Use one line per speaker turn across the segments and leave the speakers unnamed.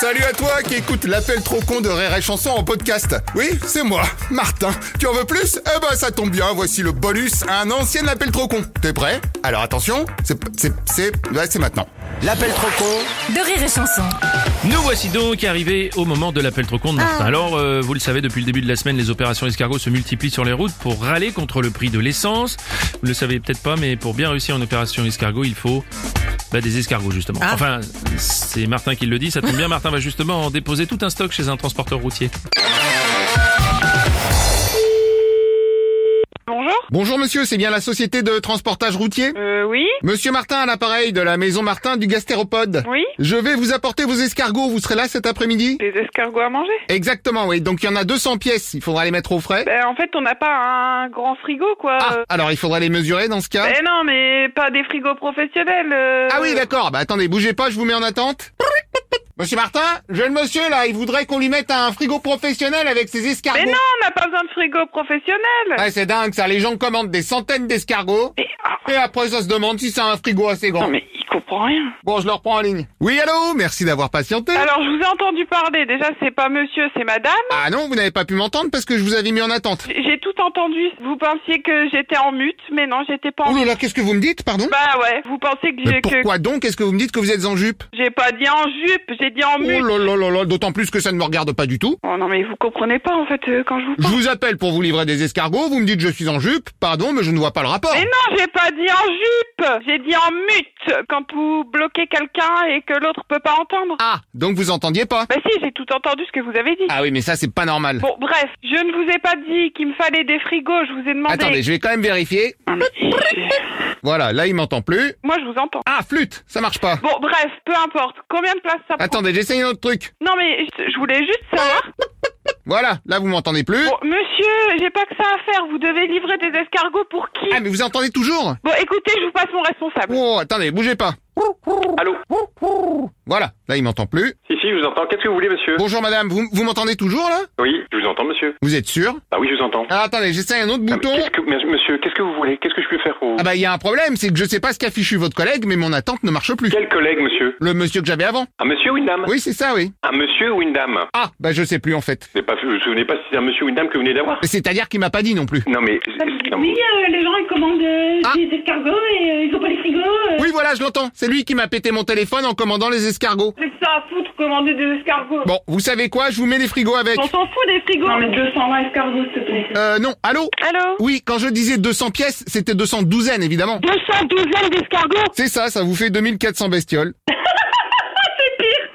Salut à toi qui écoute l'appel trop con de Rire et Chanson en podcast. Oui, c'est moi, Martin. Tu en veux plus Eh ben ça tombe bien, voici le bonus à un ancien appel trop con. T'es prêt Alors attention, c'est c'est c'est ouais, c'est maintenant.
L'appel trop con
de rire et chanson.
Nous voici donc arrivés au moment de l'appel trop con de Martin. Alors, euh, vous le savez, depuis le début de la semaine, les opérations escargots se multiplient sur les routes pour râler contre le prix de l'essence. Vous le savez peut-être pas, mais pour bien réussir en opération escargot, il faut bah, des escargots justement. Enfin, c'est Martin qui le dit, ça tombe bien, Martin va justement en déposer tout un stock chez un transporteur routier.
Bonjour.
Bonjour monsieur, c'est bien la société de transportage routier
Euh, oui.
Monsieur Martin à l'appareil de la maison Martin du gastéropode.
Oui.
Je vais vous apporter vos escargots, vous serez là cet après-midi
Des escargots à manger.
Exactement, oui. Donc il y en a 200 pièces, il faudra les mettre au frais.
Ben, en fait, on n'a pas un grand frigo, quoi.
Ah,
Euh,
alors il faudra les mesurer dans ce cas.
Ben non, mais pas des frigos professionnels. euh.
Ah oui, d'accord. Bah attendez, bougez pas, je vous mets en attente. Monsieur Martin, jeune monsieur là, il voudrait qu'on lui mette un frigo professionnel avec ses escargots.
Mais non, on n'a pas besoin de frigo professionnel.
Ouais, c'est dingue ça, les gens commandent des centaines d'escargots
Mais, ah,
et après ça se demande si c'est un frigo assez grand.
non, mais il comprend rien.
Bon, je le reprends en ligne. Oui, allô, merci d'avoir patienté.
Alors, je vous ai entendu parler. Déjà, c'est pas monsieur, c'est madame.
Ah non, vous n'avez pas pu m'entendre parce que je vous avais mis en attente.
J'ai j'ai tout entendu. Vous pensiez que j'étais en mute, mais non, j'étais pas en
Oh là
mute.
là, qu'est-ce que vous me dites, pardon
Bah ouais, vous pensez que
Mais
j'ai que
pourquoi donc Est-ce que vous me dites que vous êtes en jupe
j'ai pas dit en jupe, j'ai dit en
Oh
mute.
là là là là, d'autant plus que ça ne me regarde pas du tout.
Oh non, mais vous comprenez pas, en fait, euh, quand je vous
Je
parle.
vous appelle pour vous livrer des escargots, vous me dites je suis en jupe, pardon, mais je ne vois pas le rapport.
Mais non, j'ai pas dit en jupe, j'ai dit en mute, quand vous bloquez quelqu'un et que l'autre peut pas entendre.
Ah, donc vous entendiez pas
Bah si, j'ai tout entendu ce que vous avez dit.
Ah oui, mais ça c'est pas normal.
Bon, bref, je ne vous ai pas dit qu'il me fallait des frigos, je vous ai demandé...
Attendez, je vais quand même vérifier.
Ah, mais-
Voilà, là il m'entend plus.
Moi, je vous entends.
Ah, flûte, ça marche pas.
Bon, bref, peu importe, combien de places ça prend
Attendez, Ah. j'essaye un autre truc.
Non, mais je je voulais juste savoir...
Voilà, là vous m'entendez plus.
Oh.
Bon, monsieur, j'ai pas que ça à faire, vous devez livrer des escargots pour qui
Ah, mais vous entendez toujours
Bon, écoutez, je vous passe mon responsable.
Oh, attendez, bougez pas.
Allô
Voilà, là il m'entend plus.
Si, si, je vous entends. Qu'est-ce que vous voulez, monsieur
Bonjour madame, vous, vous m'entendez toujours là
Oui, je vous entends, monsieur.
Vous êtes sûr
Bah oui, je vous entends.
Ah, attendez, j'essaye un autre
Ah, mais
bouton.
qu'est-ce que- mais monsieur, qu'est-ce que vous voulez Qu'est-ce que je peux faire pour vous
Ah bah il y a un problème, c'est que je sais pas ce qu'a fichu votre collègue, mais mon attente ne marche plus.
Quel collègue, monsieur Ah.
Le monsieur que j'avais avant.
Un monsieur ou une dame
Oui, c'est ça, oui.
Un monsieur ou une dame Vous
Ah, bah je sais plus en fait.
n'avez pas- Vous vous souvenez pas si c'est un monsieur ou une dame que vous venez d'avoir
C'est-à-dire qu'il m'a pas dit non plus.
Non, mais... non, mais-
Oui, euh, les gens ils commandent euh,
Ah.
des escargots et euh, ils ont pas les frigos. Euh,
Oui, voilà, je l'entends. C'est lui qui m'a pété mon téléphone en commandant les escargots.
C'est que ça à foutre commander des escargots.
Bon, vous savez quoi Je vous mets les frigos avec.
On s'en fout des frigos. Non mais 220 escargots s'il te plaît.
Euh, non, allô
Allô
Oui, quand je disais 200 pièces, c'était 200 douzaines, évidemment.
212 d'escargots
C'est ça, ça vous fait 2400 bestioles.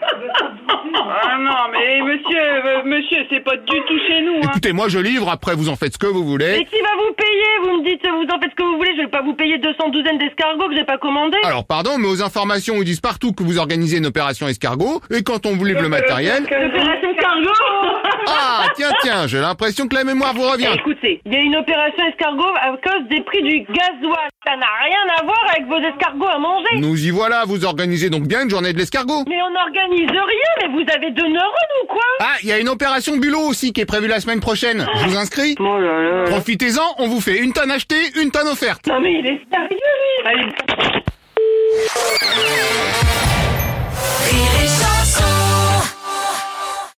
Ah non, mais monsieur, euh, monsieur, c'est pas du tout chez nous, hein.
Écoutez, moi je livre, après vous en faites ce que vous voulez.
Mais qui va vous payer Vous me dites, vous en faites ce que vous voulez, je vais pas vous payer 200 douzaines d'escargots que j'ai pas commandé.
Alors pardon, mais aux informations, ils disent partout que vous organisez une opération escargot, et quand on vous livre le matériel...
Euh,
Opération escargot
Ah, tiens, tiens, j'ai l'impression que la mémoire vous
Eh,
revient.
Écoutez, il y a une opération escargot à cause des prix du gasoil. Ça n'a rien à voir avec vos escargots à manger.
Nous y voilà, vous organisez donc bien une journée de l'escargot.
Mais on n'organise rien, mais vous avez deux neurones ou quoi
Ah, il y a une opération bulot aussi qui est prévue la semaine prochaine. Je vous inscris
Euh.
Profitez-en, on vous fait une tonne achetée, une tonne offerte.
Non mais il est sérieux lui Allez,